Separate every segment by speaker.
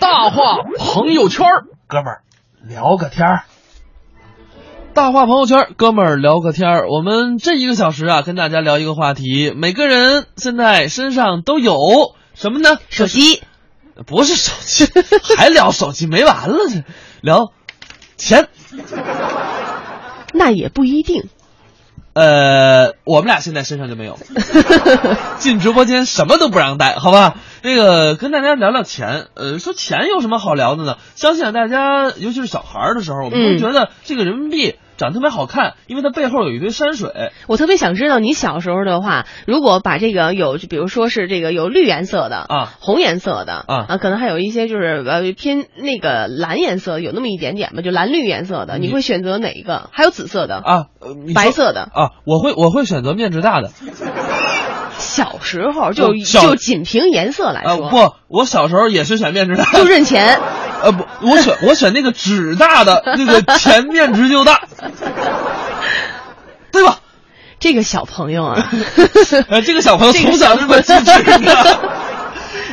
Speaker 1: 大话朋友圈儿，
Speaker 2: 哥们儿聊个天儿。
Speaker 1: 大话朋友圈儿，哥们儿聊个天儿。我们这一个小时啊，跟大家聊一个话题，每个人现在身上都有什么呢？
Speaker 3: 手机，
Speaker 1: 不是手机， 还聊手机没完了，这聊钱。
Speaker 3: 那也不一定。
Speaker 1: 呃，我们俩现在身上 就没有，进直播间什么都不让带，好吧？那个跟大家聊聊钱，呃，说钱有什么好聊的呢？相信大家，尤其是小孩儿的时候，我们
Speaker 3: 嗯
Speaker 1: 都觉得这个人民币长得特别好看，因为它背后有一堆山水。
Speaker 3: 我特别想知道你小时候的话，如果把这个有，比如说是这个有绿颜色的
Speaker 1: 啊
Speaker 3: 红颜色的
Speaker 1: 啊
Speaker 3: 可能还有一些就是呃偏那个蓝颜色，有那么一点点吧，就蓝绿颜色的，
Speaker 1: 你
Speaker 3: 你会选择哪一个？还有紫色的，
Speaker 1: 嗯啊，呃你说
Speaker 3: 白色的。
Speaker 1: 啊，我会我会选择面值大的。
Speaker 3: 小时候就
Speaker 1: 我哦小
Speaker 3: 就仅凭颜色来
Speaker 1: 啊，
Speaker 3: 说，
Speaker 1: 不，我小时候也是选面值大的
Speaker 3: 就认钱。
Speaker 1: 呃不，我选我选那个纸大 的，那个前面值就大，对吧？
Speaker 3: 这个小朋友啊，
Speaker 1: 呃， 这个小朋友从小是被支持 的。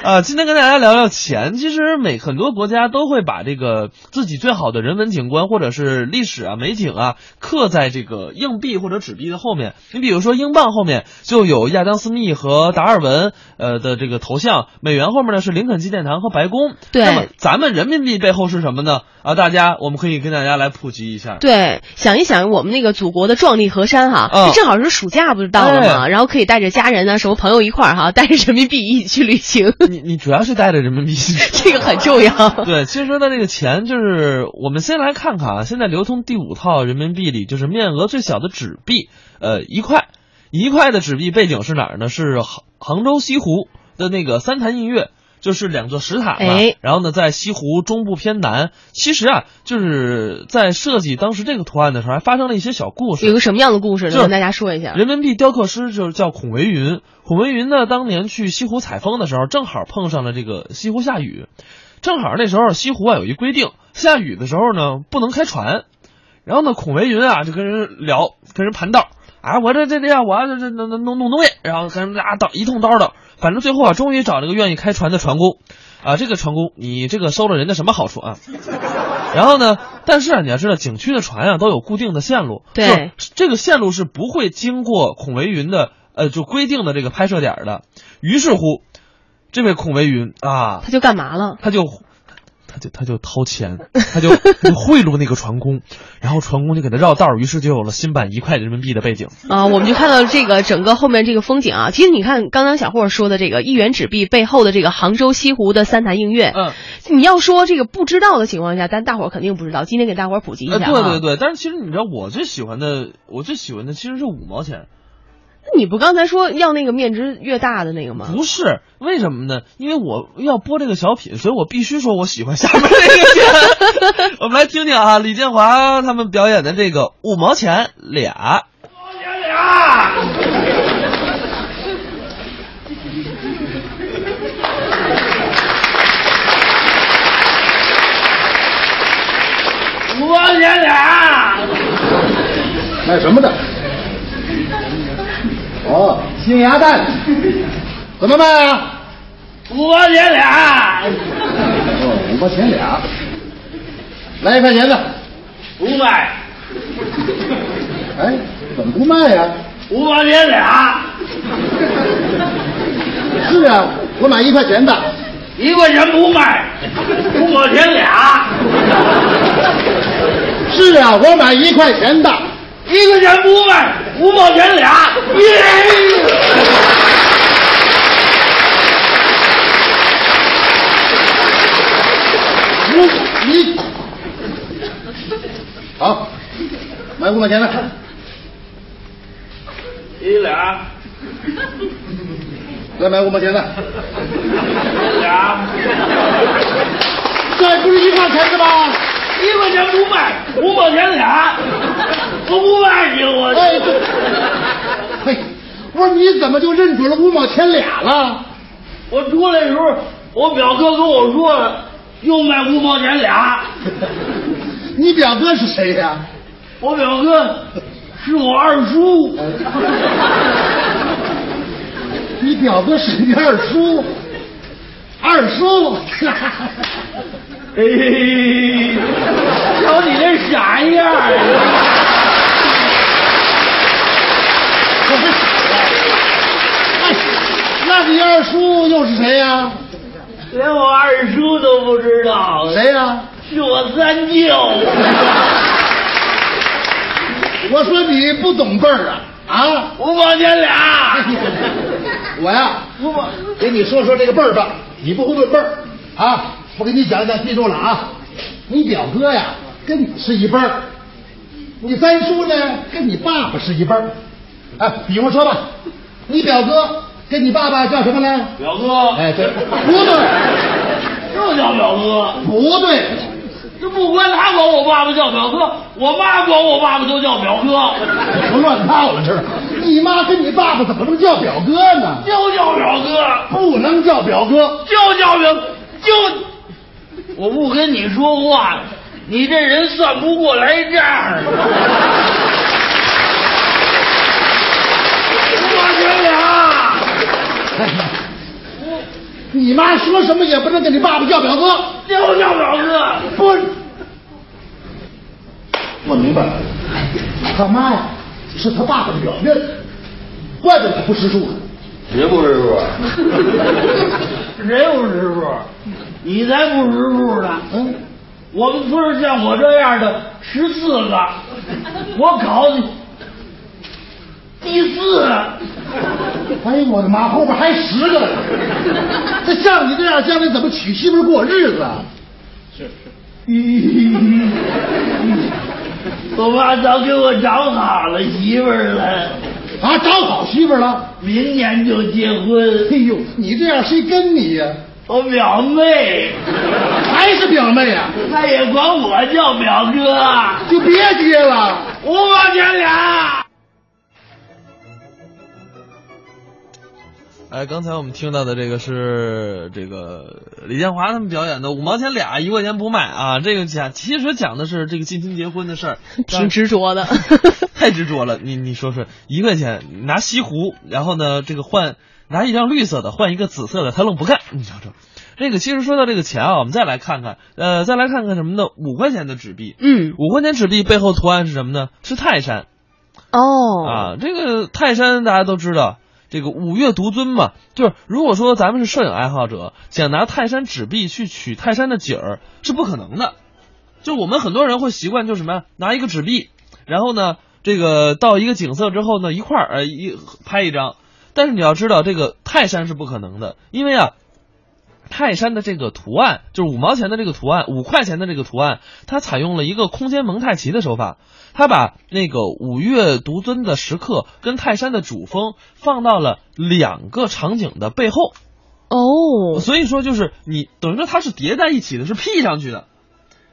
Speaker 1: 啊，今天跟大家聊聊钱。其实每很多国家都会把这个自己最好的人文景观或者是历史啊、美景啊刻在这个硬币或者纸币的后面。你比如说英镑后面就有亚当·斯密和达尔文呃的这个头像，美元后面呢是林肯纪念堂和白宫。
Speaker 3: 对
Speaker 1: 那么咱们人民币背后是什么呢？啊，大家我们可以跟大家来普及一下。
Speaker 3: 对，想一想我们那个祖国的壮丽河山哈，
Speaker 1: 嗯
Speaker 3: 正好是暑假不是到了吗？然后可以带着家人啊、什么朋友一块儿哈，带着人民币一起去旅行，
Speaker 1: 你你主要是带着人民币去。
Speaker 3: 这个很重要。
Speaker 1: 对，其实说到这个钱，就是我们先来看看啊，现在流通第五套人民币里，就是面额最小的纸币，呃，一块，一块的纸币背景是哪儿呢？是杭杭州西湖的那个三潭印月。就是两座石塔嘛，
Speaker 3: 哎
Speaker 1: 然后呢，在西湖中部偏南。其实啊，就是在设计当时这个图案的时候，还发生了一些小故事。
Speaker 3: 有个什么样的故事呢？
Speaker 1: 就是
Speaker 3: 跟大家说一下。
Speaker 1: 人民币雕刻师就是叫孔维云。孔维云呢，当年去西湖采风的时候，正好碰上了这个西湖下雨，正好那时候西湖啊有一规定，下雨的时候呢不能开船。然后呢，孔维云啊就跟人聊，跟人盘道啊，我这这这样，我要这这弄弄弄农业，然后跟人家叨一通叨叨，反正最后啊，终于找了个愿意开船的船工。啊，这个船工，你这个收了人家什么好处啊？然后呢，但是啊，你要知道，景区的船啊都有固定的线路，
Speaker 3: 对
Speaker 1: 就是这个线路是不会经过孔维云的呃就规定的这个拍摄点儿的。于是乎，这位孔维云啊，
Speaker 3: 他就干嘛了？
Speaker 1: 他就他就他就掏 钱，他就他就贿赂那个船工，然后船工就给他绕道儿，于是就有了新版一块人民币的背景。
Speaker 3: 啊，我们就看到这个整个后面这个风景啊。其实 你看刚刚小霍说的这个一元纸币背后的这个杭州西湖的三潭映月，
Speaker 1: 嗯，
Speaker 3: 你要说这个不知道的情况下，但大伙儿肯定不知道。今天给大伙儿普及一下、
Speaker 1: 呃，
Speaker 3: 啊
Speaker 1: 对对对，但是其实你知道我最喜欢的，我最喜欢的其实是五毛钱。
Speaker 3: 那你不刚才说要那个面值越大的那个吗？
Speaker 1: 不是，为什么呢？因为我要播这个小品，所以我必须说我喜欢下面这个 钱。我们来听听啊，李建华他们表演的这个五毛钱俩。
Speaker 4: 五毛钱俩，
Speaker 1: 啊
Speaker 5: 卖什么的？哦，新鸭蛋，怎么卖啊？
Speaker 4: 五毛钱
Speaker 1: 啊
Speaker 4: 俩，
Speaker 5: 哦，五毛钱俩，来一块钱的。
Speaker 4: 五百，
Speaker 5: 哎，怎么不卖呀、
Speaker 4: 五毛钱俩，
Speaker 1: 啊
Speaker 5: 是啊，我买一块钱的。
Speaker 4: 一块钱不卖，五毛钱俩，
Speaker 5: 是啊，我买一块钱的。
Speaker 4: 一块钱不卖，五毛钱俩，耶！
Speaker 5: 五，你好，买五毛钱的。
Speaker 4: 一俩，
Speaker 5: 再买五毛钱的，
Speaker 4: 俩，
Speaker 5: 这不是一块钱的吗？
Speaker 4: 一块钱不卖，五毛钱俩，我不卖你我。
Speaker 5: 哎，这哎嘿，我说你怎么就认准了五毛钱俩了？
Speaker 4: 我出来的时候，我表哥跟我说又卖五毛钱俩，
Speaker 5: 你表哥是谁呀、
Speaker 4: 我表哥是我二叔。
Speaker 5: 你表哥是你二叔，二叔，
Speaker 4: 哎，瞧你那傻样儿！啊
Speaker 5: 哎，那你二叔又是谁呀、
Speaker 4: 连我二叔都不知道，
Speaker 5: 谁呀、
Speaker 4: 是我三舅。
Speaker 5: 我说你不懂辈儿啊啊！
Speaker 4: 五毛钱俩，
Speaker 5: 我呀，给你说说这个辈儿吧，你不会论辈儿啊！我给你讲讲，记住了啊！你表哥呀跟你是一辈儿，你三叔呢跟你爸爸是一辈儿。哎、比方说吧，你表哥跟你爸爸叫什么呢？
Speaker 4: 表哥，
Speaker 5: 哎，对，不对，
Speaker 4: 又叫表哥，
Speaker 5: 不对，
Speaker 4: 这不管他管我爸爸叫表哥，我妈管我爸爸都叫表哥，
Speaker 5: 不乱套了这是。你妈跟你爸爸怎么能叫表哥呢？
Speaker 4: 就叫表哥。
Speaker 5: 不能叫表哥，
Speaker 4: 就叫人，就我不跟你说话，你这人算不过来账儿。我天
Speaker 5: 啊
Speaker 4: 俩
Speaker 5: 你妈说什么也不能跟你爸爸叫表哥。
Speaker 4: 就叫表哥，
Speaker 5: 不，我明白了，他妈呀是他爸爸的表认，怪不得他不识数呢。
Speaker 4: 谁不识数啊？ 谁不识数？你才不识数呢！
Speaker 5: 嗯，
Speaker 4: 我们村儿像我这样的十四个，我考你第四。
Speaker 5: 哎呦我的妈，后边还十 个呢。这像你这样，将来怎么娶媳妇儿过日子 啊？
Speaker 4: 我妈早给我找好了媳妇儿了，
Speaker 5: 啊，找好媳妇儿了。
Speaker 4: 明年就结
Speaker 5: 哎
Speaker 4: 婚。
Speaker 5: 呦，你这样谁跟你呀、
Speaker 4: 我表妹，
Speaker 5: 还是表妹啊？
Speaker 4: 她也管我叫表哥，
Speaker 5: 就别结了。
Speaker 4: 五毛钱俩。
Speaker 1: 哎，刚才我们听到的这个是这个李建华他们表演的“五毛钱俩，一块钱不卖”啊，这个讲其实讲的是这个近亲结婚的事儿，
Speaker 3: 挺 执着的。
Speaker 1: 太执着了。你你说说，一块钱拿西湖，然后呢，这个换拿一张绿色的换一个紫色的，他愣不干。你瞅瞅，这个其实说到这个钱啊，我们再来看看，呃，再来看看什么呢？五块钱的纸币，
Speaker 3: 嗯，
Speaker 1: 五块钱纸币背后图案是什么呢？是泰山。
Speaker 3: 哦，
Speaker 1: 啊，这个泰山大家都知道，这个五岳独尊嘛，就是如果说咱们是摄影爱好者，想拿泰山纸币去取泰山的景儿是不可能的。就我们很多人会习惯，就是什么呀，拿一个纸币，然后呢，这个到一个景色之后呢，一块儿呃一拍一张。但是你要知道，这个泰山是不可能的，因为啊，泰山的这个图案，就是五毛钱的这个图案，五块钱的这个图案，它采用了一个空间蒙太奇的手法，它把那个五岳独尊的石刻跟泰山的主峰放到了两个场景的背后，
Speaker 3: 哦，
Speaker 1: 所以说就是你等于说它是叠在一起的，是 P 上去的，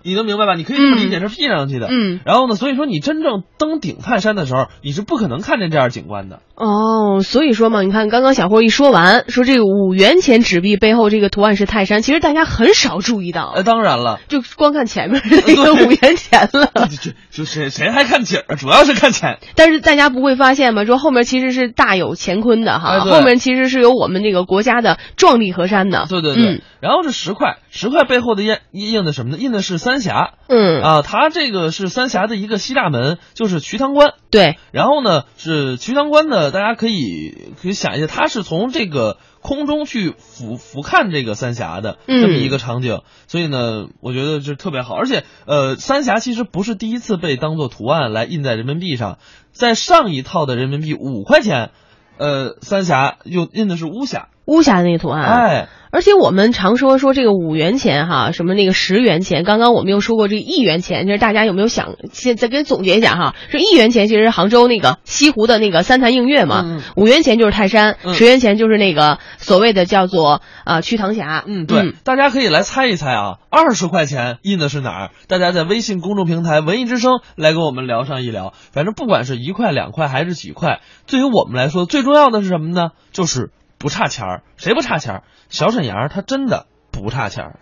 Speaker 1: 你能明白吧？你可以这么理解，是 P 上去的。
Speaker 3: 嗯，
Speaker 1: 然后呢，所以说你真正登顶泰山的时候，你是不可能看见这样景观的。
Speaker 3: 哦，所以说嘛，你看刚刚小霍一说完，说这个五元钱纸币背后这个图案是泰山，其实大家很少注意到
Speaker 1: 呃，，当 然了。
Speaker 3: 就光看前面那个五元钱了。
Speaker 1: 这这这谁谁还看景儿？啊主要是看钱。
Speaker 3: 但是大家不会发现吗？说后面其实是大有乾坤的哈，
Speaker 1: 哎对
Speaker 3: 后面其实是有我们那个国家的壮丽河山的。嗯
Speaker 1: 对对对。然后这十块，十块背后的印印的什么呢？印的是三峡
Speaker 3: 嗯嗯，
Speaker 1: 啊，它这个是三峡的一个西大门，就是瞿塘关。
Speaker 3: 对，
Speaker 1: 然后呢，是瞿塘关呢，大家可以可以想一下，它是从这个空中去俯俯瞰这个三峡的
Speaker 3: 嗯
Speaker 1: 这么一个场景，所以呢，我觉得这特别好。而且，呃，三峡其实不是第一次被当做图案来印在人民币上，在上一套的人民币五块钱，呃，三峡又印的是巫峡，
Speaker 3: 巫峡的那个图案。
Speaker 1: 哎，
Speaker 3: 而且我们常说说这个五元钱哈，什么那个十元钱，刚刚我们又说过这一元钱，就是大家有没有想现再给总结一下哈？这一元钱其实是杭州那个西湖的那个三潭映月嘛，
Speaker 1: 嗯
Speaker 3: 五元钱就是泰山，
Speaker 1: 嗯
Speaker 3: 十元钱就是那个所谓的叫做啊瞿塘峡。
Speaker 1: 嗯，对，大家可以来猜一猜啊，二十块钱印的是哪儿？大家在微信公众平台“文艺之声”来跟我们聊上一聊。反正不管是一块、两块还是几块，对于我们来说，最重要的是什么呢？就是不差钱儿，谁不差钱儿？小沈阳他真的不差钱儿。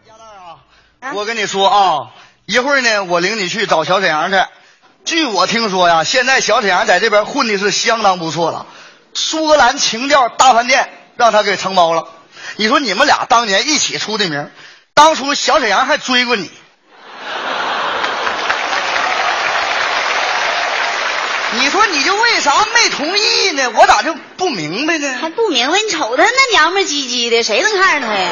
Speaker 6: 我跟你说啊，一会儿呢，我领你去找小沈阳去。据我听说呀，现在小沈阳在这边混的是相当不错了，苏格兰情调大饭店让他给承包了。你说你们俩当年一起出的名，当初小沈阳还追 过你，你说你就为啥没同意呢？我咋就不明白呢？
Speaker 7: 还不明白？你瞅他那娘们儿唧唧的，谁能看上他呀？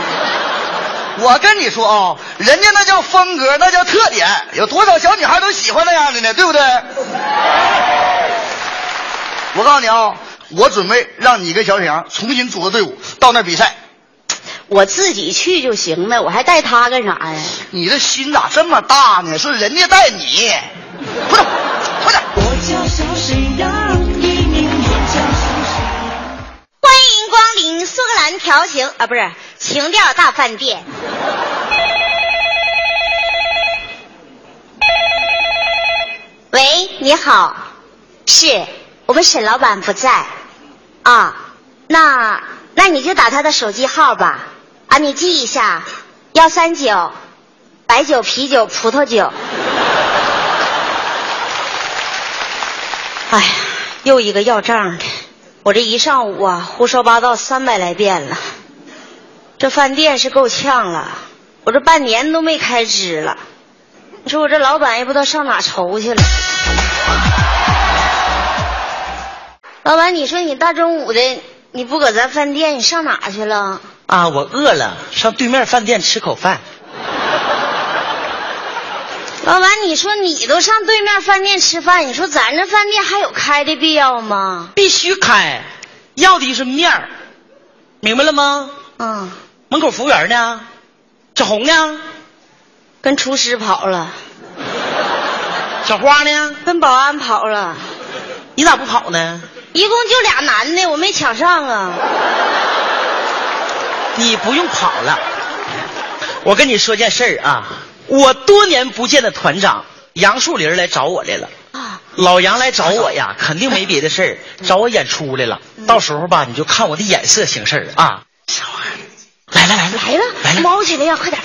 Speaker 6: 我跟你说啊、人家那叫风格，那叫特点，有多少小女孩都喜欢那样的呢？对不对？我告诉你啊、我准备让你跟小沈阳重新组个队伍到那儿比赛。
Speaker 7: 我自己去就行了，我还带他干啥呀？
Speaker 6: 你这心咋这么大呢？是人家带你，快点，快点！
Speaker 7: 欢迎光临苏格兰调情啊，不是情调大饭店。喂，你好，是我们沈老板不在啊，那那你就打他的手机号吧啊，你记一下，幺三九，白酒、啤酒、葡萄酒。哎呀，又一个要账的，我这一上午啊，胡说八道三百来遍了，这饭店是够呛了，我这半年都没开支了，你说我这老板也不知道上哪愁去了。老板，你说你大中午的你不搁咱饭店，你上哪去了？
Speaker 8: 啊，我饿了，上对面饭店吃口饭。
Speaker 7: 老板，你说你都上对面饭店吃饭，你说咱这饭店还有开的必要吗？
Speaker 8: 必须开，要的是面儿，明白了吗？
Speaker 7: 嗯，
Speaker 8: 门口服务员呢？小红呢？
Speaker 7: 跟厨师跑了，
Speaker 8: 小花呢？
Speaker 7: 跟保安跑了，
Speaker 8: 你咋不跑呢？
Speaker 7: 啊一共就俩男的，我没抢上啊。
Speaker 8: 你不用跑了，我跟你说件事儿啊，我多年不见的团长杨树林来找我来了。
Speaker 7: 啊，
Speaker 8: 老杨来找 我呀，肯定没别的事
Speaker 7: 嗯
Speaker 8: 儿，找我演出来了。到时候吧，你就看我的眼色行事儿啊。来了来了
Speaker 7: 来了，
Speaker 8: 来了，
Speaker 7: 猫起来呀，快点！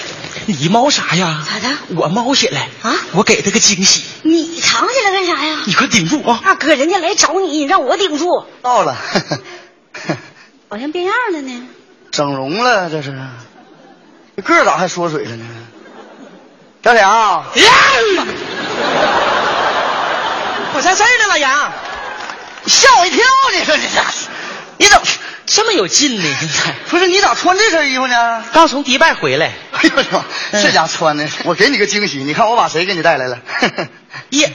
Speaker 8: 你猫啥呀？
Speaker 7: 咋的？
Speaker 8: 我猫起来
Speaker 7: 啊
Speaker 8: 我给他个惊喜，
Speaker 7: 你藏起来干啥呀？
Speaker 8: 你快顶住啊！
Speaker 7: 大哥，人家来找你，让我顶住，
Speaker 6: 到了，
Speaker 7: 好像变样了呢。
Speaker 6: 整容了这是，这个儿咋还缩水了呢？小沈阳，
Speaker 8: 我啥事儿呢，老杨？
Speaker 6: 吓我一跳！你说你这，你咋
Speaker 8: 这么有劲呢？现在
Speaker 6: 不是你咋穿这身衣服呢？
Speaker 8: 刚从迪拜回来，嗯
Speaker 6: 哎呦我的妈！这家穿的，我给你个惊喜，你看我把谁给你带来了？
Speaker 8: 耶，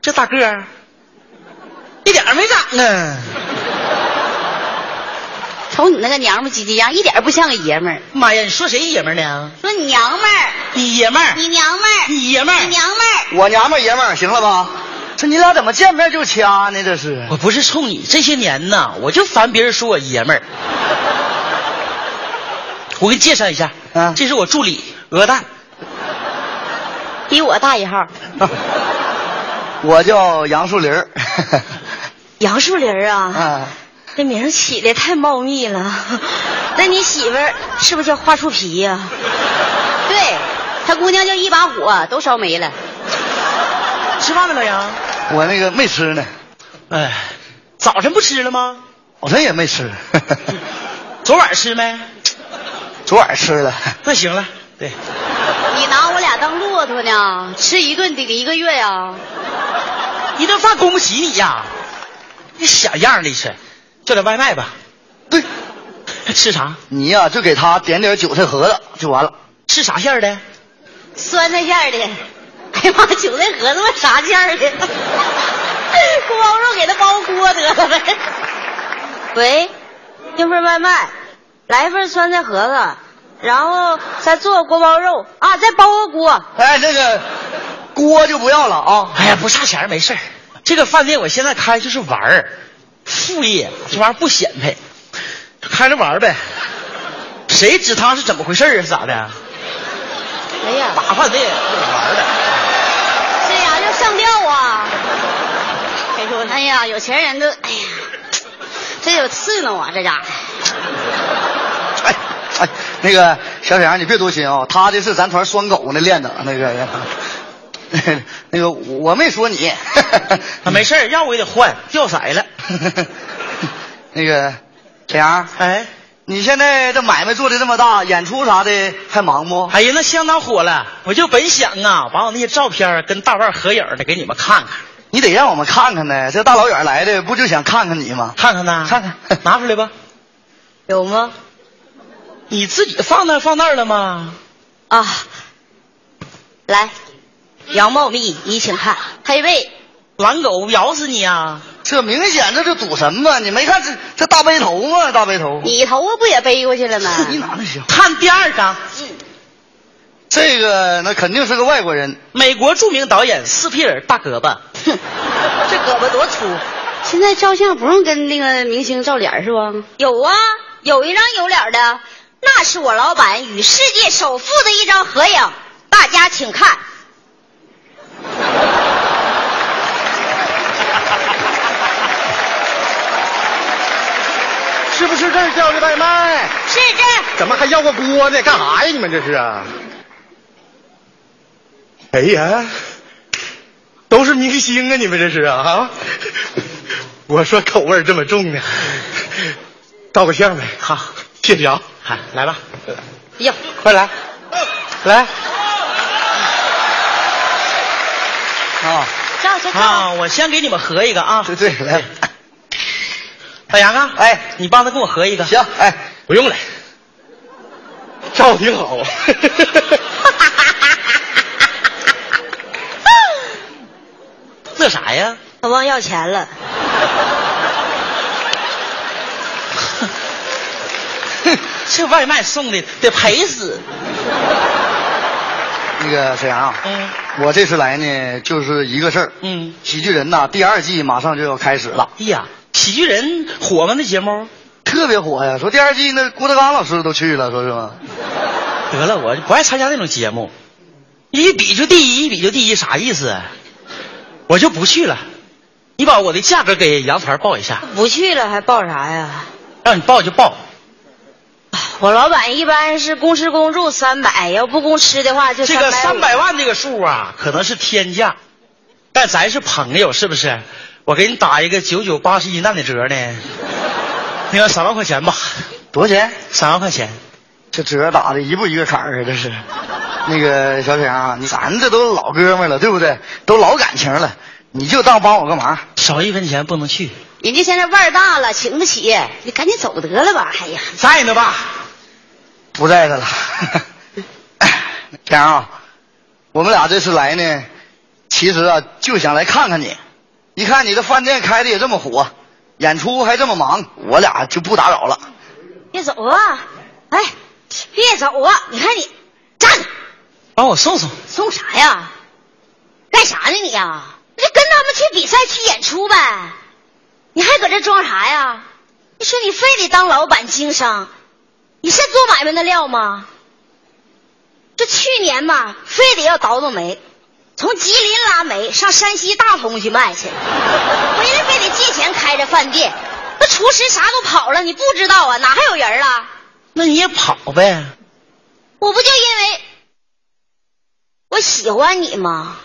Speaker 8: 这大个儿一点儿没长啊呢。
Speaker 7: 瞅你那个娘们唧唧样，一点儿不像个爷们儿。
Speaker 8: 妈呀，你说谁爷们儿呢？
Speaker 7: 说你娘们儿，
Speaker 8: 你爷们儿，
Speaker 7: 你娘们儿，
Speaker 8: 你爷们
Speaker 7: 你
Speaker 8: 儿。
Speaker 7: 娘们儿。
Speaker 6: 我娘们儿爷们儿，行了吧？这你俩怎么见面就掐呢？这是
Speaker 8: 我不是冲你，这些年呐，我就烦别人说我爷 们儿。我给你介绍一下，
Speaker 6: 啊
Speaker 8: 这是我助理鹅蛋，
Speaker 7: 比我大一号。
Speaker 6: 我叫杨树林儿，
Speaker 7: 杨树林儿啊，
Speaker 6: 啊，
Speaker 7: 这名儿起的太茂密了。那你媳妇儿是不是叫花树皮呀、对，他姑娘叫一把火，都烧没了。
Speaker 8: 吃饭了没有？
Speaker 6: 我那个没吃呢，
Speaker 8: 哎，早晨不吃了吗？
Speaker 6: 早晨也没吃，
Speaker 8: 昨晚吃没？
Speaker 6: 昨晚吃了。
Speaker 8: 那行了，对，
Speaker 7: 你拿我俩当骆驼呢，吃一顿顶一个月呀、
Speaker 8: 一顿饭恭喜你呀！你小样儿的是，叫点外卖吧。
Speaker 6: 对，
Speaker 8: 吃啥？
Speaker 6: 你呀、就给他点点韭菜盒子就完了。
Speaker 8: 吃啥馅儿的？
Speaker 7: 酸菜馅儿的。 哎呀妈，韭菜盒子我啥馅儿的？ 锅包肉给他包锅得了呗。 喂，订份外卖，来一份酸菜盒子，然后再做个锅包肉啊，再包个锅。
Speaker 6: 哎，这个锅就不要了啊。
Speaker 8: 哎呀，不差钱儿没事儿。这个饭店我现在开就是玩儿，副业这玩意儿不显摆，开着玩儿呗。谁知他是怎么回事儿啊？咋的？
Speaker 7: 哎呀，
Speaker 8: 大饭店玩儿的，
Speaker 7: 这呀要上吊啊！ 谁说？哎呀，有钱人都哎呀，这有刺挠啊，这家伙。
Speaker 6: 哎哎，那个小沈阳，你别多心啊、他这是咱团双狗那练的，那个 那个我没说你，
Speaker 8: 啊，没事儿， 让我也得换，掉色了。
Speaker 6: 那个沈阳，
Speaker 8: 哎，
Speaker 6: 你现在这买卖做的这么大，演出啥的还忙不？
Speaker 8: 哎呀，那相当火了。我就本想啊，把我那些照片儿跟大腕儿合影儿的给你们看看，
Speaker 6: 你得让我们看看呢，这大老远来的，不就想看看你吗？
Speaker 8: 看看呐，
Speaker 6: 看看
Speaker 8: 拿出来吧。
Speaker 7: 有吗？
Speaker 8: 你自己放那儿放那儿了吗？
Speaker 7: 啊，来，杨茂密，你请看，黑背，
Speaker 8: 狼狗咬死你啊！
Speaker 6: 这明显这是赌神嘛！你没看这这大背头吗？大背头，
Speaker 7: 你头发不也背过去了吗？
Speaker 6: 你哪那啊行？
Speaker 8: 看第二张，
Speaker 6: 这个那肯定是个外国人，
Speaker 8: 美国著名导演斯皮尔大胳膊，
Speaker 7: 哼，这胳膊多粗！嗯
Speaker 8: 啊
Speaker 7: 现在照相不用跟那个明星照脸是吧？有啊，有一张有脸的，那是我老板与世界首富的一张合影，大家请看。
Speaker 9: 是不是这儿叫的外卖？
Speaker 7: 是这，
Speaker 9: 怎么还要个锅呢？干啥呀？你们这是啊？哎呀，都是明星啊！你们这是啊？啊我说口味儿这么重呢，照个相呗。好，谢谢啊。
Speaker 8: 看来吧，
Speaker 7: 哟，
Speaker 9: 快来，来
Speaker 6: 啊，
Speaker 7: 照就照，
Speaker 8: 哦啊，我先给你们合一个啊。
Speaker 6: 对对，来，
Speaker 8: 大杨啊，
Speaker 6: 哎，
Speaker 8: 你帮他给我合一个。
Speaker 6: 行，哎，
Speaker 9: 不用了，照挺好。
Speaker 6: 啊
Speaker 8: 那啥呀？
Speaker 7: 他忘要钱了。
Speaker 8: 这外卖送的得赔死。
Speaker 6: 那个沈阳啊，
Speaker 8: 嗯
Speaker 6: 我这次来呢就是一个事儿，
Speaker 8: 嗯，
Speaker 6: 喜剧人呐、第二季马上就要开始了，
Speaker 8: 哎呀，喜剧人火吗？那节目？
Speaker 6: 特别火呀！说第二季那郭德纲老师都去了，说是吗？
Speaker 8: 得了，我就不爱参加那种节目，一比就第一，一比就第一，啥意思啊？我就不去了。你把我的价格给杨团报一下，
Speaker 7: 不去了还报啥呀？
Speaker 8: 让你报就报。
Speaker 7: 我老板一般是公吃公住三百，要不公吃的话就
Speaker 8: 这个
Speaker 7: 三
Speaker 8: 三百万这个数啊，可能是天价，但咱是朋友，是不是？我给你打一个九九八十一难的折呢，那个三万块钱吧，
Speaker 6: 多少钱？
Speaker 8: 三万块钱。
Speaker 6: 这折打的一步一个坎儿啊，这是。那个小沈阳啊，你咱这都老哥们儿了，对不对？都老感情了，你就当帮我个忙。
Speaker 8: 少一分钱不能去，
Speaker 7: 人家现在腕儿大了，请不起，你赶紧走得了吧。哎呀，
Speaker 8: 在呢吧？
Speaker 6: 不在这了。沈阳啊，我们俩这次来呢，其实啊就想来看看你。一看你的饭店开的也这么火，演出还这么忙，我俩就不打扰了。
Speaker 7: 别走啊！哎，别走啊！你看你站
Speaker 8: 把我送送。
Speaker 7: 送啥呀？干啥呢你呀、你就跟他们去比赛去演出呗，你还搁这装啥呀？你说你非得当老板经商，你是做买卖的料吗？这去年嘛，非得要倒腾煤，从吉林拉煤上山西大同去卖去，回来非得借钱开着饭店，那厨师啥都跑了，你不知道啊？哪还有人啊？
Speaker 8: 那你也跑呗，
Speaker 7: 我不就因为我喜欢你吗？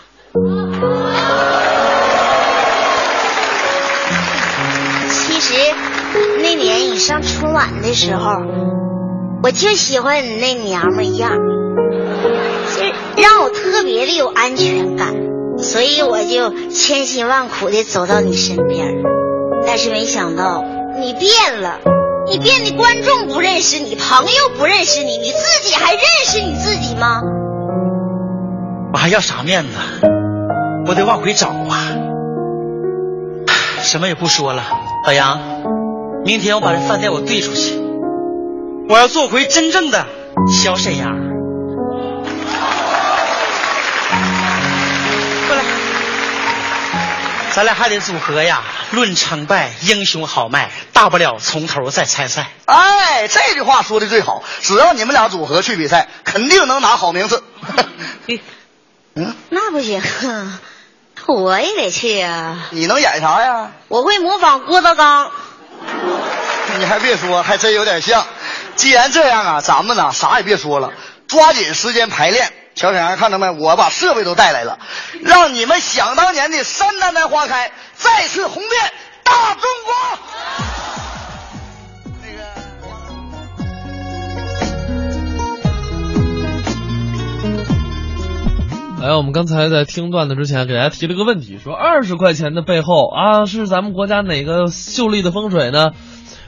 Speaker 7: 其实那年你上春晚的时候，我就喜欢你那娘们样儿，就是让我特别的有安全感，所以我就千辛万苦的走到你身边儿。但是没想到你变了，你变得观众不认识你，朋友不认识你，你自己还认识你自己吗？
Speaker 8: 我哎还要啥面子？我得往回找啊！唉什么也不说了，老杨，明天我把这饭店我兑出去，我要做回真正的小沈阳。过来，咱俩还得组合呀，论成败，英雄豪迈，大不了从头再参赛。
Speaker 6: 哎，这句话说的最好，只要你们俩组合去比赛，肯定能拿好名次。嗯，
Speaker 7: 那不行，啊我也得去啊！
Speaker 6: 你能演啥呀？
Speaker 7: 我会模仿郭德纲，
Speaker 6: 你还别说，还真有点像。既然这样啊，咱们呢啥也别说了，抓紧时间排练。小沈阳，看到没？我把设备都带来了，让你们想当年的山丹丹花开，再次红遍大中国。那个。
Speaker 1: 哎，我们刚才在听段子之前，给大家提了个问题，说二十块钱的背后啊，是咱们国家哪个秀丽的风水呢？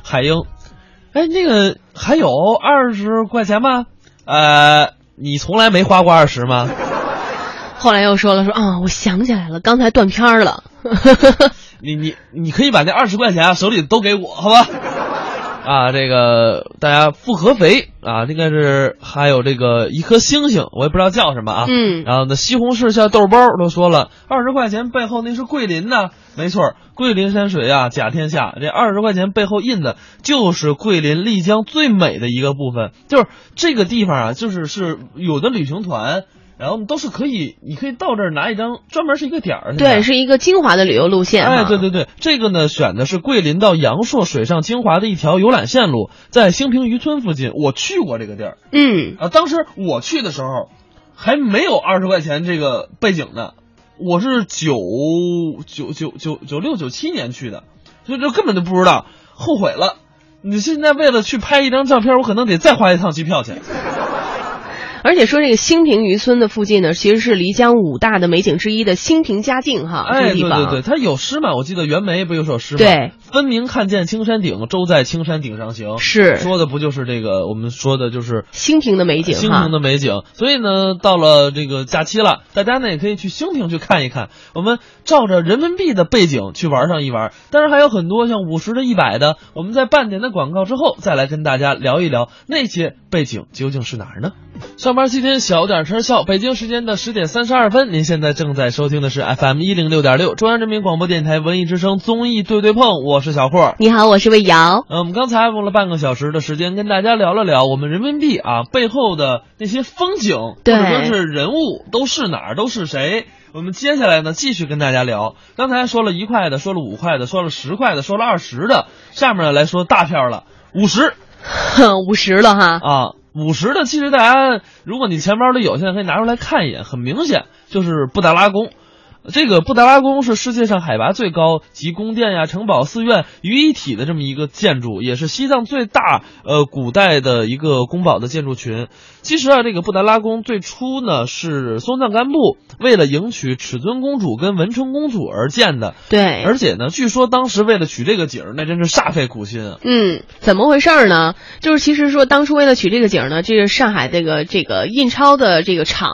Speaker 1: 海英，哎，那个还有二十块钱吗？呃，你从来没花过二十吗？
Speaker 3: 后来又说了说啊，我想起来了，刚才断片儿了。
Speaker 1: 你你你可以把那二十块钱啊手里都给我，好吧？啊，这个大家复合肥啊，这个是还有这个一颗星星，我也不知道叫什么啊。
Speaker 3: 嗯
Speaker 1: 然后呢，西红柿像豆包儿都说了，二十块钱背后那是桂林呐，没错儿，桂林山水啊，甲天下。这二十块钱背后印的就是桂林丽江最美的一个部分，就是这个地方啊，就是是有的旅行团。然后都是可以，你可以到这儿拿一张，专门是一个点儿。现在
Speaker 3: 对，是一个精华的旅游路线哈。
Speaker 1: 哎，对对对，这个呢选的是桂林到阳朔水上精华的一条游览线路，在兴平渔村附近。我去过这个地儿
Speaker 3: 嗯，
Speaker 1: 啊，当时我去的时候还没有二十块钱这个背景呢，我是九九九九九六九七年去的，所以就根本就不知道，后悔了。你现在为了去拍一张照片，我可能得再花一趟机票钱。
Speaker 3: 而且说这个兴平渔村的附近呢，其实是漓江五大的美景之一的兴平佳境哈，这
Speaker 1: 哎，
Speaker 3: 个地
Speaker 1: 对
Speaker 3: 方。
Speaker 1: 对对，他有诗嘛？我记得袁枚不有首诗嘛？
Speaker 3: 对，
Speaker 1: 分明看见青山顶，舟在青山顶上行。
Speaker 3: 是
Speaker 1: 说的不就是这个？我们说的就是
Speaker 3: 兴平的美景
Speaker 1: 兴
Speaker 3: 哈
Speaker 1: 平的美景。所以呢，到了这个假期了，大家呢也可以去兴平去看一看。我们照着人民币的背景去玩上一玩。当然还有很多像五十的、一百的，我们在半点的广告之后再来跟大家聊一聊那些背景究竟是哪儿呢？上班期间小点声笑，北京时间的十点三十二分，您现在正在收听的是 FM 一零六点六中央人民广播电台文艺之声综艺对对碰，我是小霍。
Speaker 3: 你好，我是魏瑶。
Speaker 1: 呃，我们刚才用了半个小时的时间跟大家聊了聊我们人民币啊背后的那些风景，或者说
Speaker 3: 对
Speaker 1: 是人物都是哪儿，都是谁。我们接下来呢，继续跟大家聊。刚才说了一块的，说了五块的，说了十块的，说了二十的，下面来说大票了，五十
Speaker 3: 五十了哈，
Speaker 1: 啊，五十的，其实大家如果你钱包里有，现在可以拿出来看一眼，很明显就是布达拉宫。这个布达拉宫是世界上海拔最高，集宫殿呀、城堡、寺院于一体的这么一个建筑，也是西藏最大呃古代的一个宫堡的建筑群。其实啊，这个布达拉宫最初呢是松赞干布为了迎娶尺尊公主跟文成公主而建的，
Speaker 3: 对，
Speaker 1: 而且呢，据说当时为了取这个景儿，那真是煞费 苦心啊。
Speaker 3: 嗯，怎么回事儿呢？就是其实说，当初为了取这个景儿呢，这是上海这个这个印钞的这个厂，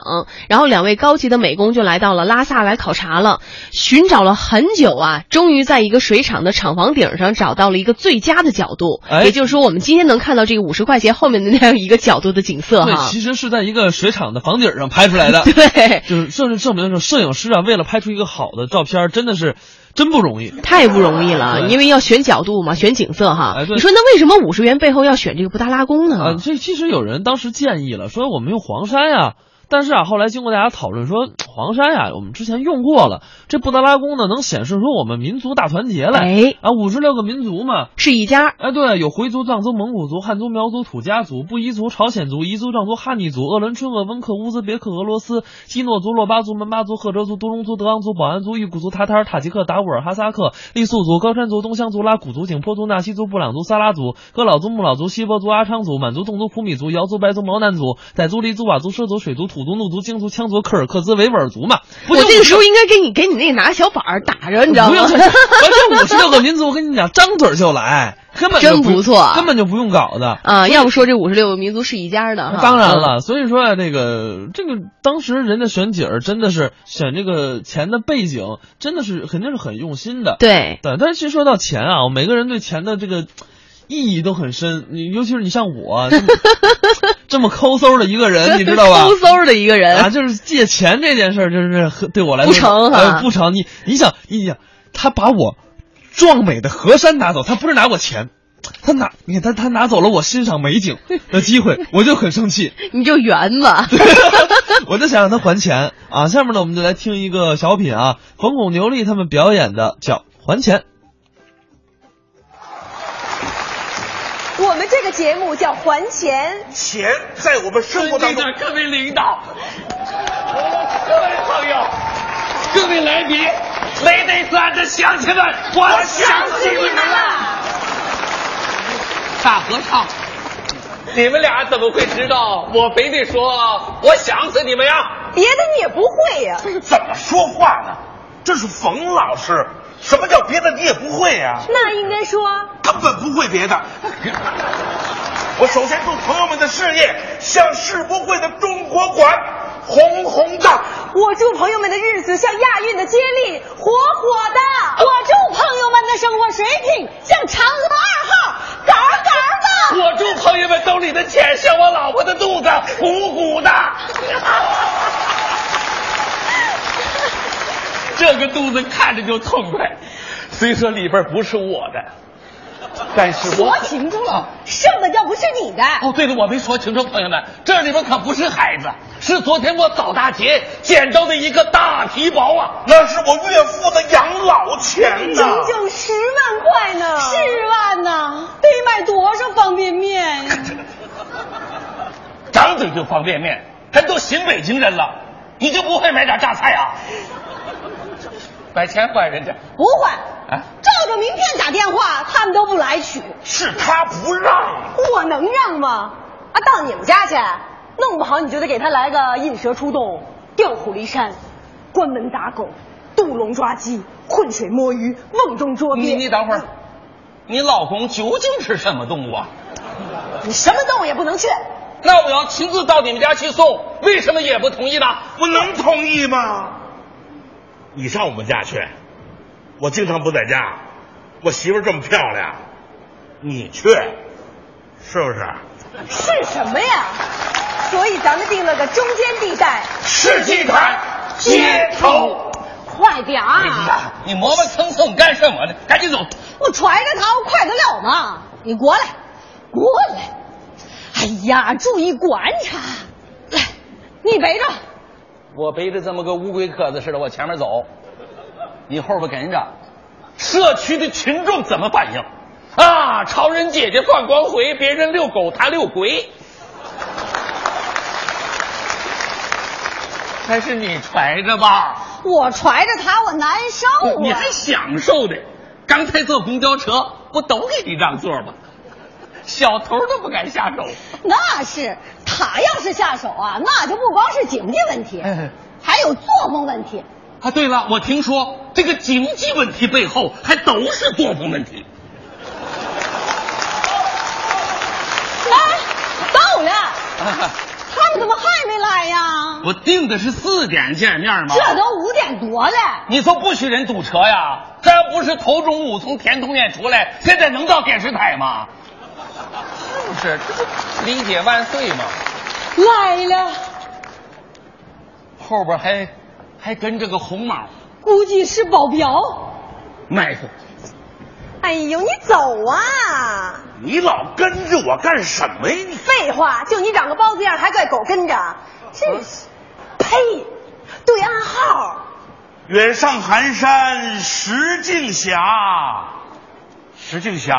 Speaker 3: 然后两位高级的美工就来到了拉萨来考察了，寻找了很久啊，终于在一个水厂的厂房顶上找到了一个最佳的角度，
Speaker 1: 哎
Speaker 3: 也就是说，我们今天能看到这个五十块钱后面的那样一个角度的景 色
Speaker 1: 对，
Speaker 3: 哈。
Speaker 1: 其实是在一个水厂的房顶上拍出来的。
Speaker 3: 对，
Speaker 1: 就是甚至证明说，摄影师啊，为了拍出一个好的照片儿，真的是真不容易。
Speaker 3: 太不容易了，
Speaker 1: 对
Speaker 3: 因为要选角度嘛，选景色哈。
Speaker 1: 哎哎对
Speaker 3: 你说那为什么五十元背后要选这个布达拉宫呢？
Speaker 1: 啊，这其实有人当时建议了，说我们用黄山呀、但是啊，后来经过大家讨论说，黄山呀、我们之前用过了，这布达拉宫呢能显示出我们民族大团结来、
Speaker 3: 哎，
Speaker 1: 啊，五十六个民族嘛。
Speaker 3: 是一家，
Speaker 1: 哎，对，有回族、藏族、蒙古族、汉族、苗族、土家族、布依族、朝鲜族、彝族、藏族、哈尼族、鄂伦春、鄂温 克、乌兹别克、俄罗斯、基诺族、洛巴族、门巴族、赫哲族、多隆族、德昂族、保安族、裕固族、塔塔尔、塔吉克、达斡尔、哈萨克、傈僳族、高山族、东乡族、拉祜族、景颇族、纳西族、布朗族、撒拉族、仡佬族、木佬族、锡伯族、阿昌族、满族、侗族、普米族、瑶族、白族、毛南族、傣族、黎族、佤族、畲族、水族、土族、怒族、羌族、羌族、柯尔克孜、维吾尔族嘛。不
Speaker 3: 我
Speaker 1: 就
Speaker 3: 这个时候应该给你给你那拿小板儿打着，你知道
Speaker 1: 不
Speaker 3: 吗
Speaker 1: 用？去，反正五十六个民族，我跟你讲，张嘴就来，根本就
Speaker 3: 真不错
Speaker 1: 根本就不用搞的。
Speaker 3: 啊，要不说这五十六个民族是一家的哈。
Speaker 1: 当然
Speaker 3: 嗯
Speaker 1: 了，所以说啊，这个这个当时人家选景儿真的是选这个钱的背景，真的是肯定是很用心的。
Speaker 3: 对，
Speaker 1: 对，但是其实说到钱啊，我每个人对钱的这个意义都很深。你尤其是你像我这么 这么抠搜的一个
Speaker 3: 嗯
Speaker 1: 呃人，你知道吧
Speaker 3: 嗖？嗖的一个
Speaker 1: 啊，
Speaker 3: 人，
Speaker 1: 就是借钱这件事儿，就是很对我来
Speaker 3: 不
Speaker 1: 说
Speaker 3: 成哈
Speaker 1: 呃不成。你你想，你想，他把我壮美的河山拿走，他不是拿我钱，他拿你看他他拿走了我欣赏美景的机会，我就很生气。
Speaker 3: 你就圆吧。
Speaker 1: 我就想让他还钱啊！下面呢，我们就来听一个小品啊，冯巩、牛莉他们表演的叫《还钱》。
Speaker 10: 我们这个节目叫《还钱》，
Speaker 9: 钱在我们生活当中，
Speaker 4: 各位领导，
Speaker 11: 哦
Speaker 4: 各位朋友，各位来宾，ladies and 乡亲们，我想死你们了！大和尚，你们俩怎么会知道？我非得说我想死你们呀！
Speaker 10: 别的你也不会，会呀、
Speaker 11: 怎么说话呢？这是冯老师，什么叫别的你也不会呀、
Speaker 10: 那应该说
Speaker 11: 根本不会别的。我首先祝朋友们的事业像世博会的中国馆，红红的。
Speaker 10: 我祝朋友们的日子像亚运的接力，火火的。
Speaker 12: 我祝朋友们的生活水平像嫦娥二号，嘎嘎的。
Speaker 4: 我祝朋友们兜里的钱像我老婆的肚子，鼓鼓的。这个肚子看着就痛快，虽说里边不是我的，但是我
Speaker 12: 说清楚了，什么叫不是你的？
Speaker 4: 哦，对了，我没说清楚，朋友们，这里边可不是孩子，是昨天我扫大街捡着的一个大皮包啊！
Speaker 11: 那是我岳父的养老钱
Speaker 12: 整
Speaker 11: 呐、
Speaker 12: 整十万块呢，十万呢，得买多少方便面呀？
Speaker 4: 张嘴就方便面，咱都新北京人了， 你就不会买点榨菜啊？把钱还人家，
Speaker 12: 不换，
Speaker 4: 啊
Speaker 12: 照着名片打电话，他们都不来取。
Speaker 11: 是他不让，
Speaker 12: 我能让吗？啊，到你们家去，弄不好你就得给他来个引蛇出洞、调虎离山、关门打狗、渡龙抓鸡、浑水摸鱼、瓮中捉鳖。
Speaker 4: 你你等会儿，你老公究竟是什么动物啊？
Speaker 12: 你什么动物也不能去。
Speaker 4: 那我要亲自到你们家去送，为什么也不同意呢？
Speaker 11: 我能同意吗？你上我们家去，我经常不在家，我媳妇儿这么漂亮，你去，是不是？
Speaker 12: 是什么呀？
Speaker 10: 所以咱们定了个中间地带。
Speaker 11: 世纪坛街头，
Speaker 12: 快点啊儿、
Speaker 4: 哎呀，你磨磨蹭蹭干什么呢？赶紧走！
Speaker 12: 我揣着他，我快得了吗？你过来，过来。哎呀，注意观察。来，你背着。
Speaker 4: 我背着这么个乌龟壳子似的往前面走，你后边跟着，社区的群众怎么反应？啊，潮人姐姐放光回，别人遛狗她遛鬼。那是你揣着吧？
Speaker 12: 我揣着他，我难受啊。
Speaker 4: 你还享受的？刚才坐公交车，不都给你让座吗？小偷都不敢下手。
Speaker 12: 那是他要是下手啊，那就不光是经济问题，
Speaker 4: 哎
Speaker 12: 还有作风问题。
Speaker 4: 啊，对了，我听说这个经济问题背后还都是作风问题。
Speaker 12: 来，啊到了，他们怎么还没来呀？
Speaker 4: 我定的是四点见面吗？
Speaker 12: 这都五点多了，
Speaker 4: 你说不许人堵车呀？咱不是头中午从甜筒院出来，现在能到电视台吗？是不是，这不理解万岁吗？
Speaker 12: 来了，
Speaker 4: 后边还还跟着个红毛，
Speaker 12: 估计是保镖。
Speaker 4: 埋伏。
Speaker 12: 哎呦，你走啊！
Speaker 11: 你老跟着我干什么呀？你
Speaker 12: 废话，就你长个包子样，还怪狗跟着，真是，呸！对暗号，
Speaker 11: 远上寒山石径斜，石径斜，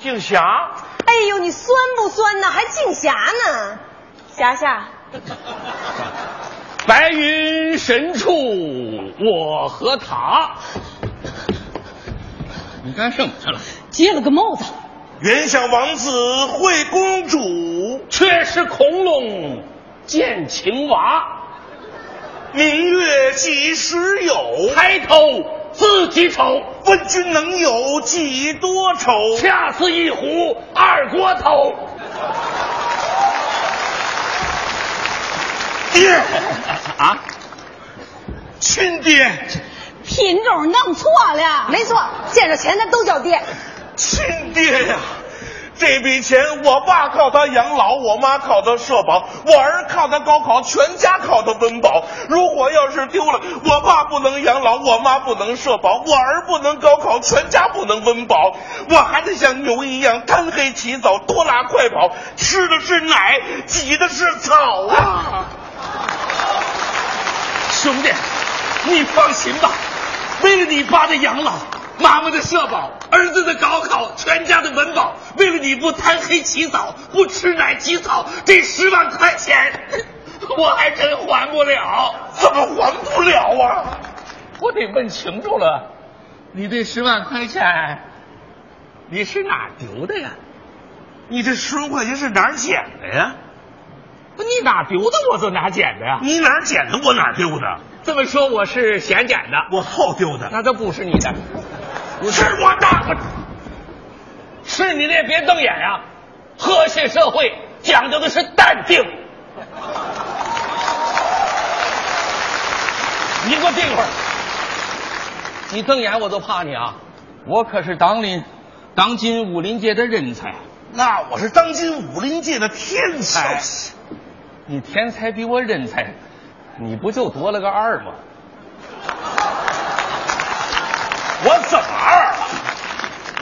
Speaker 11: 径斜，
Speaker 12: 哎呦，你酸不酸呢？还净霞呢？霞霞，
Speaker 4: 白云深处我和 他。你干什么去了？
Speaker 12: 接了个帽子，
Speaker 11: 原想王子会公主，
Speaker 4: 却是恐龙见青蛙，
Speaker 11: 明月几时有？
Speaker 4: 抬头自己瞅，
Speaker 11: 问君能有几多愁？
Speaker 4: 恰似一壶二锅头。
Speaker 11: 爹，
Speaker 4: 啊，
Speaker 11: 亲爹，
Speaker 12: 品种弄错了。
Speaker 10: 没错，见着钱咱都叫爹。
Speaker 11: 亲爹呀！这笔钱，我爸靠他养老，我妈靠他社保，我儿靠他高考，全家靠他温饱。如果要是丢了，我爸不能养老，我妈不能社保，我儿不能高考，全家不能温饱。我还得像牛一样贪黑起早，多拉快跑，吃的是奶，挤的是草啊！
Speaker 4: 兄弟，你放心吧，为了你爸的养老，妈妈的社保，儿子的高考，全家的温饱，为了你不贪黑起早，不吃奶起草，这十万块钱， 我还真还不了。啊
Speaker 11: 怎么还不了啊？
Speaker 4: 我得问清楚了，你这十万块钱，你是哪丢的呀？哎
Speaker 11: 你这十万块钱是哪儿捡的呀？
Speaker 4: 不，你哪丢的我就哪捡的呀。
Speaker 5: 你哪儿捡的，我哪儿丢的？
Speaker 4: 这么说我是先捡的，
Speaker 5: 我后丢的，
Speaker 4: 那都不是你的，
Speaker 5: 是我的。
Speaker 4: 是你的也别瞪眼啊！和谐社会讲究的是淡定。你给我定会儿！你瞪眼我都怕你啊！我可是党里、当今武林界的人才。啊
Speaker 5: 那我是当今武林界的天
Speaker 4: 哎
Speaker 5: 才，
Speaker 4: 你天才比我人才，你不就多了个二吗？
Speaker 5: 我怎么二了？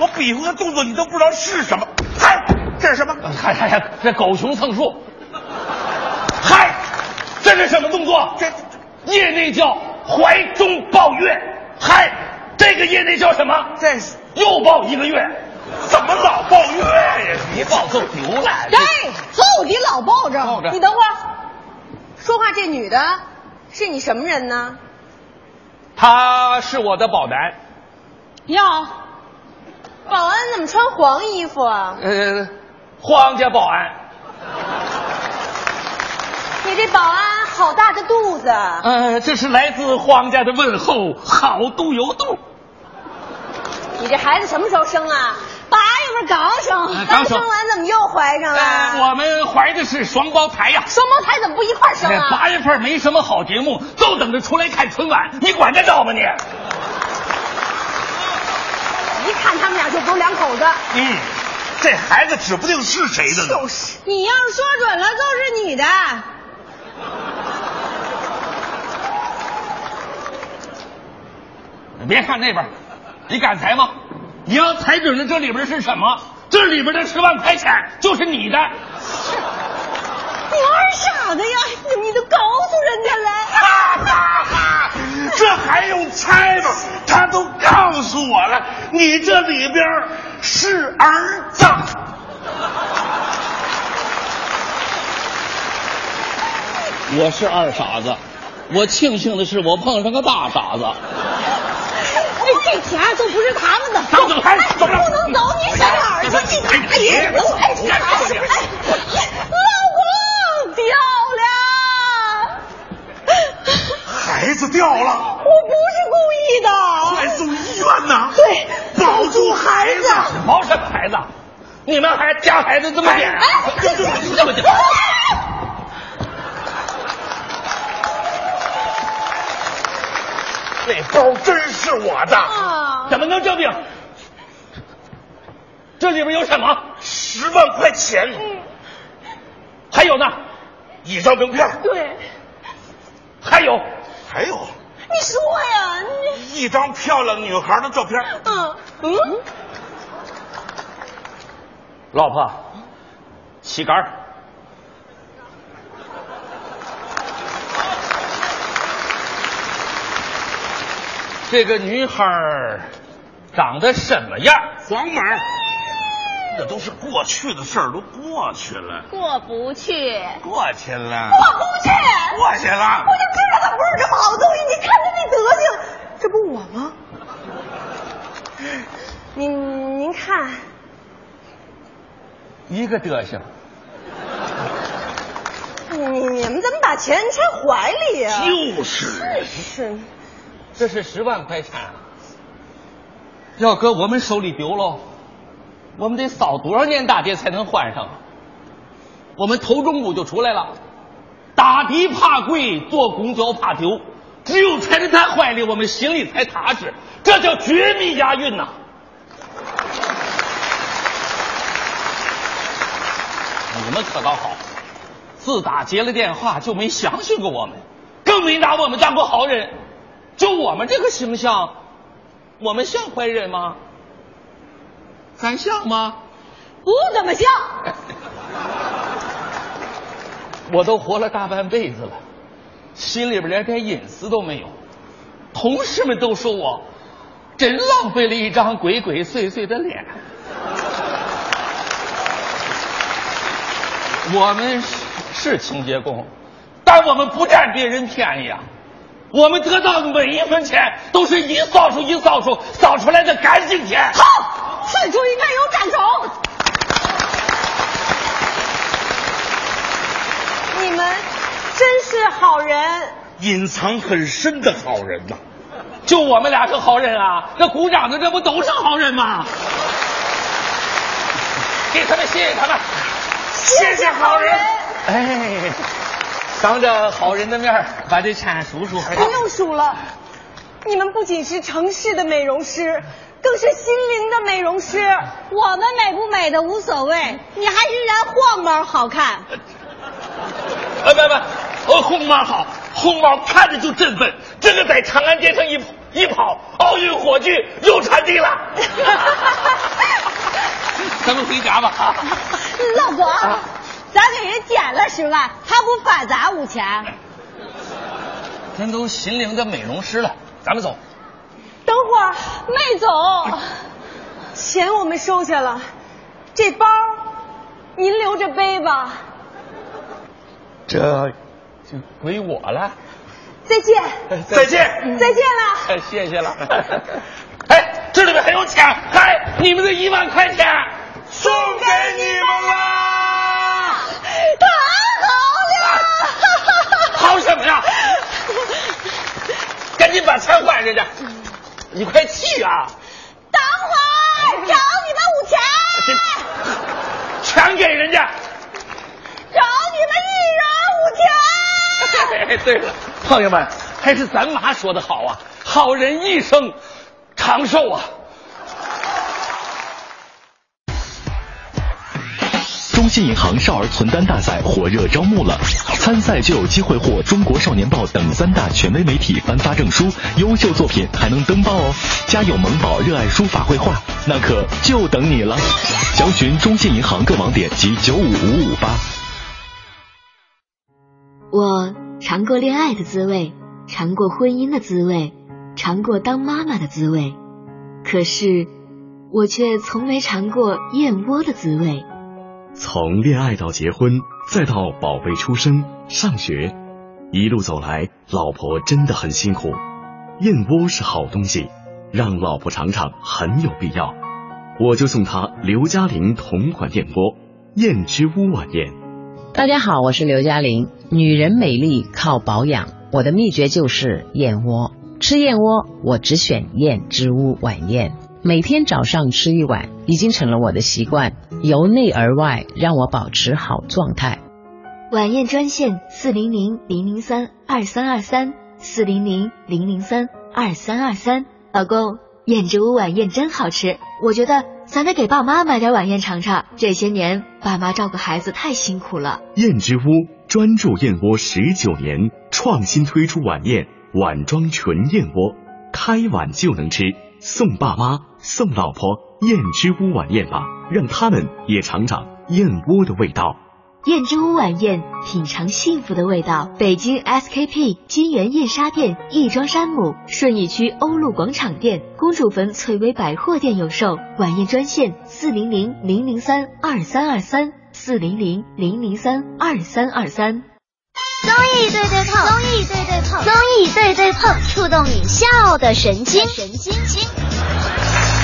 Speaker 5: 我比划的动作你都不知道是什么。嗨，这是什么？
Speaker 4: 嗨嗨嗨，这狗熊蹭树。
Speaker 5: 嗨，
Speaker 4: 这是什么动作？
Speaker 5: 这
Speaker 4: 业内叫怀中抱月。嗨，这个业内叫什么？
Speaker 5: 这是
Speaker 4: 又抱一个月。
Speaker 5: 怎么老抱怨呀？
Speaker 4: 别抱就丢了。
Speaker 12: 哎，揍你老抱着！
Speaker 4: 抱着
Speaker 12: 你等会儿，说话这女的是你什么人呢？
Speaker 4: 他是我的保男。
Speaker 12: 哟，保安怎么穿黄衣服啊？
Speaker 4: 呃，皇家保安。
Speaker 12: 你这保安好大个肚子！
Speaker 4: 呃，这是来自皇家的问候，好肚有肚。
Speaker 12: 你这孩子什么时候生啊？八月份刚生，
Speaker 4: 刚
Speaker 12: 生完怎么又怀上了、
Speaker 4: 呃？我们怀的是双胞胎呀、啊。哎
Speaker 12: 双胞胎怎么不一块生啊？
Speaker 4: 八月份没什么好节目，就等着出来看春晚，你管得着吗你？
Speaker 12: 一看他们俩就不是两口子。
Speaker 5: 嗯，这孩子指不定是谁的
Speaker 12: 呢。就是，你要是说准了就是你的。
Speaker 4: 你别看那边，你敢猜吗？你要猜准了这里边是什么，这里边的十万块钱就是你 的。
Speaker 12: 你二傻子呀？怎么你都告诉人家了？
Speaker 5: 哈哈哈！这还用猜吗？他都告诉我了，你这里边是儿子。
Speaker 4: 我是二傻子，我庆幸的是我碰上个大傻子。
Speaker 12: 哎，这钱都不是他们的，
Speaker 4: 走走开，走
Speaker 12: 不能走，你上哪儿去？哎你哪儿去？哎，你哪儿去？老公掉了，
Speaker 5: 孩子掉了，
Speaker 12: 我不是故意的，
Speaker 5: 快送医院呐！
Speaker 12: 对，
Speaker 5: 保住孩子，
Speaker 4: 保什么孩子？你们还家孩子这么点？啊
Speaker 12: 这这
Speaker 4: 这么点？
Speaker 5: 那包真是我的，
Speaker 12: 啊、
Speaker 4: 怎么能证明？这里边有什么？
Speaker 5: 十万块钱，
Speaker 12: 嗯、
Speaker 4: 还有呢，
Speaker 5: 一张名片。
Speaker 12: 对，
Speaker 4: 还有，
Speaker 5: 还有，
Speaker 12: 你说呀，你
Speaker 5: 一张漂亮女孩的照片。
Speaker 12: 嗯嗯，嗯
Speaker 4: 老婆，旗杆这个女孩长得什么样？
Speaker 5: 黄毛，那都是过去的事儿，都过去了。
Speaker 13: 过不去。
Speaker 5: 过去了。
Speaker 12: 过不去。
Speaker 5: 过去了。
Speaker 12: 我就知道他不是什么好东西。你看他那德行，这不我吗？您您看，
Speaker 4: 一个德行。
Speaker 12: 你你们怎么把钱揣怀里呀、啊？。
Speaker 5: 就是
Speaker 12: 是。
Speaker 4: 这是十万块钱，啊要搁我们手里丢喽，我们得扫多少年大街才能换上？啊我们头中午就出来了，打的怕贵，坐公交怕丢，只有揣在他怀里，我们心里才踏实，这叫绝密押韵呐、啊！你们哎可倒好，自打接了电话就没相信过我们，更没拿我们当过好人。就我们这个形象，我们像坏人吗？咱像吗？
Speaker 12: 不怎么像。
Speaker 4: 我都活了大半辈子了，心里边连点隐私都没有。同事们都说我真浪费了一张鬼鬼祟祟的脸。我们是清洁工，但我们不占别人便宜啊。我们得到的每一分钱，都是一扫帚一扫帚扫出来的干净钱。
Speaker 12: 好，此处应该有掌声。你你们真是好人。
Speaker 11: 隐藏很深的好人呐、
Speaker 14: 就我们俩是好人啊，这鼓掌的这不都是好人吗？给他们谢谢他们，
Speaker 11: 谢谢好人。
Speaker 14: 哎，当着好人的面儿把这铲数
Speaker 4: 哎
Speaker 14: 数。
Speaker 11: 哎
Speaker 12: 不用数了，你们不仅是城市的美容师，更是心灵的美容师。
Speaker 15: 我们美不美的无所谓，你还是人黄毛好看。
Speaker 11: 哎，不不，哦，红毛好，红毛看着就振奋，这个在长安街上一跑一跑，奥运火炬又传递了。
Speaker 14: 咱们回家吧。
Speaker 15: 老公，咱给人减了十万，他不返咱五千？
Speaker 14: 咱都心灵的美容师了，咱们走。
Speaker 12: 等会儿，妹总，钱哎我们收下了，这包您留着背吧。
Speaker 14: 这就归我了。
Speaker 12: 再见，嗯
Speaker 11: 再见，
Speaker 12: 再见 了。
Speaker 14: 哎，谢谢了。
Speaker 11: 哎，这里面还有钱，哎，你们的一万块钱送给你们啦！
Speaker 12: 太
Speaker 11: 好了！好什么呀？赶紧把钱还人家，你快去啊！
Speaker 15: 嗯等会儿找你们五千，
Speaker 11: 全给人家。
Speaker 15: 找你们一人五千。
Speaker 14: 哎，对了，朋友们，还是咱妈说的好啊，好人一生长寿啊。
Speaker 16: 中信银行少儿存单大赛火热招募了，参赛就有机会获《中国少年报》等三大权威媒体颁发证书，优秀作品还能登报哦。家有萌宝热爱书法绘画，那可就等你了。详询中信银行各网点及九五五五八。
Speaker 17: 我尝过恋爱的滋味，尝过婚姻的滋味，尝过当妈妈的滋味，可是我却从没尝过燕窝的滋味。
Speaker 16: 从恋爱到结婚，再到宝贝出生、上学，一路走来，老婆真的很辛苦。燕窝是好东西，让老婆尝尝很有必要。我就送她刘嘉玲同款燕窝——燕之屋晚宴。
Speaker 18: 大家好，我是刘嘉玲。女人美丽靠保养，我的秘诀就是燕窝。吃燕窝，我只选燕之屋晚宴。每天早上吃一碗，已经成了我的习惯，由内而外让我保持好状态。
Speaker 17: 晚宴专线四零零零零三二三二三四零零零零三二三二三。老公，燕之屋晚宴真好吃，我觉得咱得给爸妈买点晚宴尝尝。这些年爸妈照顾孩子太辛苦了。
Speaker 16: 燕之屋专注燕窝十九年，创新推出晚宴碗装纯燕窝，开碗就能吃。送爸妈、送老婆燕之屋晚宴吧，让他们也尝尝燕窝的味道。
Speaker 17: 燕之屋晚宴，品尝幸福的味道。北京 SKP 金源燕莎店、亦庄山姆、顺义区欧陆广场店、公主坟翠微百货店有售。晚宴专线：四零零零零三二三二三，四零零零零三二三二三。
Speaker 19: 综艺对对碰，综艺对对碰，综艺对对碰，触动你笑的神经，神经经。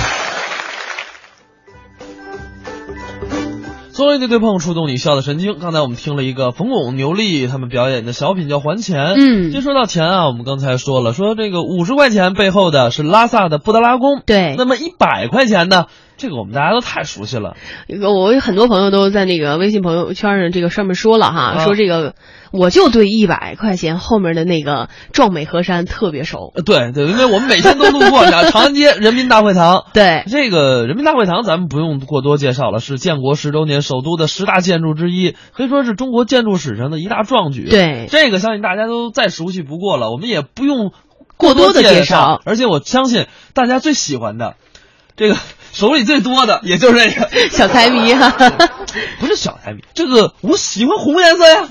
Speaker 1: 综艺对对碰触动你笑的神经。刚才我们听了一个冯巩、牛莉他们表演的小品叫《还钱》。
Speaker 3: 嗯
Speaker 1: 其实说到钱啊，我们刚才说了，说这个五十块钱背后的是拉萨的布达拉宫。
Speaker 3: 对
Speaker 1: 那么一百块钱呢？这个我们大家都太熟悉了。
Speaker 3: 我有很多朋友都在那个微信朋友圈上这个上面说了哈，
Speaker 1: 啊
Speaker 3: 说这个我就对一百块钱后面的那个壮美河山特别熟。
Speaker 1: 呃对对，因为我们每天都路 过长长安街人民大会堂。
Speaker 3: 对，
Speaker 1: 这个人民大会堂咱们不用过多介绍了，是建国十周年首都的十大建筑之一，可以说是中国建筑史上的一大壮举。
Speaker 3: 对
Speaker 1: 这个相信大家都再熟悉不过了，我们也不用
Speaker 3: 过多
Speaker 1: 多
Speaker 3: 地介
Speaker 1: 介
Speaker 3: 绍
Speaker 1: 而且我相信大家最喜欢的，这个手里最多的也就是这个
Speaker 3: 小财迷啊哈、
Speaker 1: 不是小财迷，这个我喜欢红颜色呀。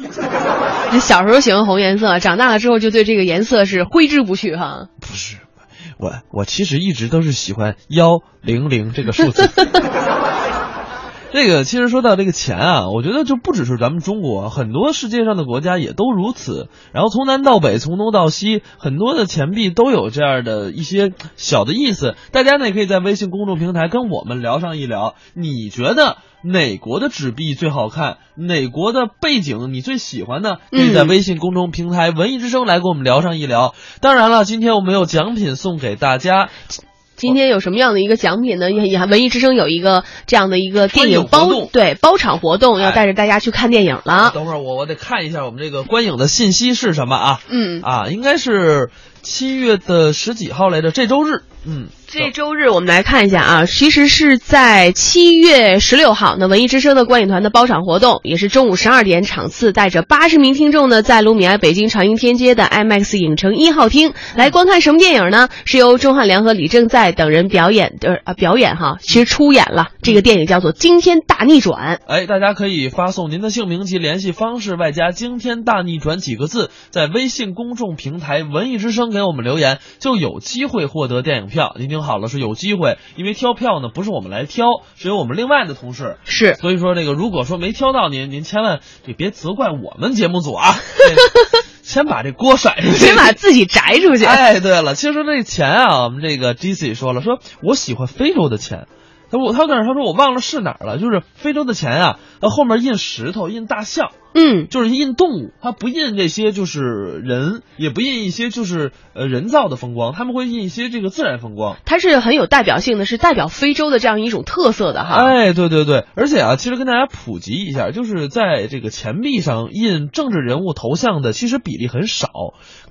Speaker 3: 小时候喜欢红颜色，长大了之后就对这个颜色是挥之不去哈。
Speaker 1: 我我其实一直都是喜欢幺零零这个数字。这个其实说到这个钱啊，我觉得就不只是咱们中国，很多世界上的国家也都如此。然后从南到北，从东到西，很多的钱币都有这样的一些小的意思。大家呢也可以在微信公众平台跟我们聊上一聊，你觉得哪国的纸币最好看？哪国的背景你最喜欢呢？可以在微信公众平台“文艺之声”来跟我们聊上一聊。当然了，今天我们有奖品送给大家。
Speaker 3: 今天有什么样的一个奖品
Speaker 1: 哦
Speaker 3: 呢？也也文艺之声有一个这样的一个电影包对包场活动，
Speaker 1: 哎
Speaker 3: 要带着大家去看电影了。
Speaker 1: 等会儿我我得看一下我们这个观影的信息是什么啊？
Speaker 3: 嗯
Speaker 1: 啊，应该是七月的十几号来着，这周日。嗯，
Speaker 3: 这周日我们来看一下啊，其实是在七月十六号，那文艺之声的观影团的包场活动也是中午十二点，场次带着八十名听众呢，在卢米埃北京长楹天街的 IMAX 影城一号厅来观看什么电影呢？是由钟汉良和李正在等人表演的啊、呃、表演哈，其实出演了这个电影叫做《惊天大逆转》。
Speaker 1: 哎，大家可以发送您的姓名及联系方式，外加“惊天大逆转”几个字，在微信公众平台“文艺之声”给我们留言，就有机会获得电影。票，您听好了，是有机会，因为挑票呢不是我们来挑，是由我们另外的同事
Speaker 3: 是，
Speaker 1: 所以说这个如果说没挑到您，您千万也别责怪我们节目组 啊，先把这锅甩出去，
Speaker 3: 先把自己摘出去。
Speaker 1: 哎，对了，其实说这钱啊，我们这个 G C 说了，说我喜欢非洲的钱。他我他那儿他说我忘了是哪儿了，就是非洲的钱啊，后面印石头，印大象，
Speaker 3: 嗯，
Speaker 1: 就是印动物，他不印这些就是人，也不印一些就是呃人造的风光，他们会印一些这个自然风光。
Speaker 3: 它是很有代表性的，是代表非洲的这样一种特色的哈。
Speaker 1: 哎，对对对，而且啊，其实跟大家普及一下，就是在这个钱币上印政治人物头像的，其实比例很少，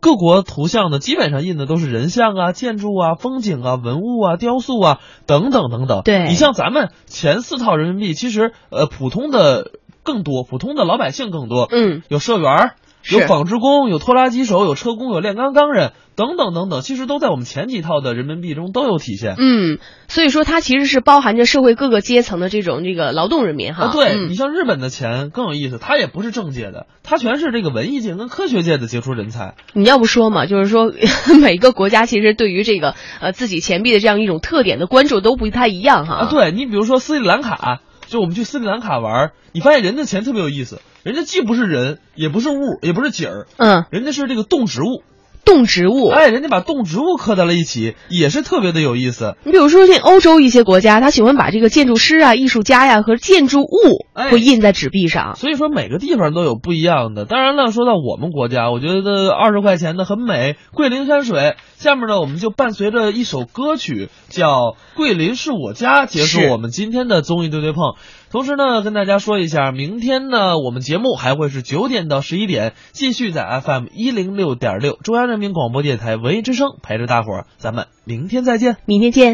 Speaker 1: 各国图像呢基本上印的都是人像啊、建筑啊、风景啊、文物啊、雕塑啊等等等等。
Speaker 3: 对。
Speaker 1: 你像咱们前四套人民币，其实呃普通的更多，普通的老百姓更多。
Speaker 3: 嗯，
Speaker 1: 有社员，有纺织工，有拖拉机手，有车工，有炼钢钢人。等等等等，其实都在我们前几套的人民币中都有体现。
Speaker 3: 嗯，所以说它其实是包含着社会各个阶层的这种这个劳动人民哈。
Speaker 1: 啊、对、
Speaker 3: 嗯、
Speaker 1: 你像日本的钱更有意思，它也不是政界的，它全是这个文艺界跟科学界的杰出人才。
Speaker 3: 你要不说嘛，就是说 每个国家其实对于这个呃自己钱币的这样一种特点的关注都不太一样哈。
Speaker 1: 啊，对你比如说斯里兰卡，就我们去斯里兰卡玩，你发现人家钱特别有意思，人家既不是人，也不是物，也不是景儿，
Speaker 3: 嗯，
Speaker 1: 人家是这个动植物。
Speaker 3: 动植物，
Speaker 1: 哎，人家把动植物刻在了一起，也是特别的有意思。
Speaker 3: 你比如说，像欧洲一些国家，他喜欢把这个建筑师啊、艺术家呀、啊、和建筑物会印在纸币上、哎。
Speaker 1: 所以说，每个地方都有不一样的。当然了，说到我们国家，我觉得二十块钱的很美，桂林山水。下面呢，我们就伴随着一首歌曲，叫《桂林是我家》，结束我们今天的综艺对对碰。同时呢，跟大家说一下，明天呢，我们节目还会是九点到十一点，继续在 FM 一零六点六中央人民广播电台文艺之声陪着大伙儿，咱们明天再见，
Speaker 3: 明天见。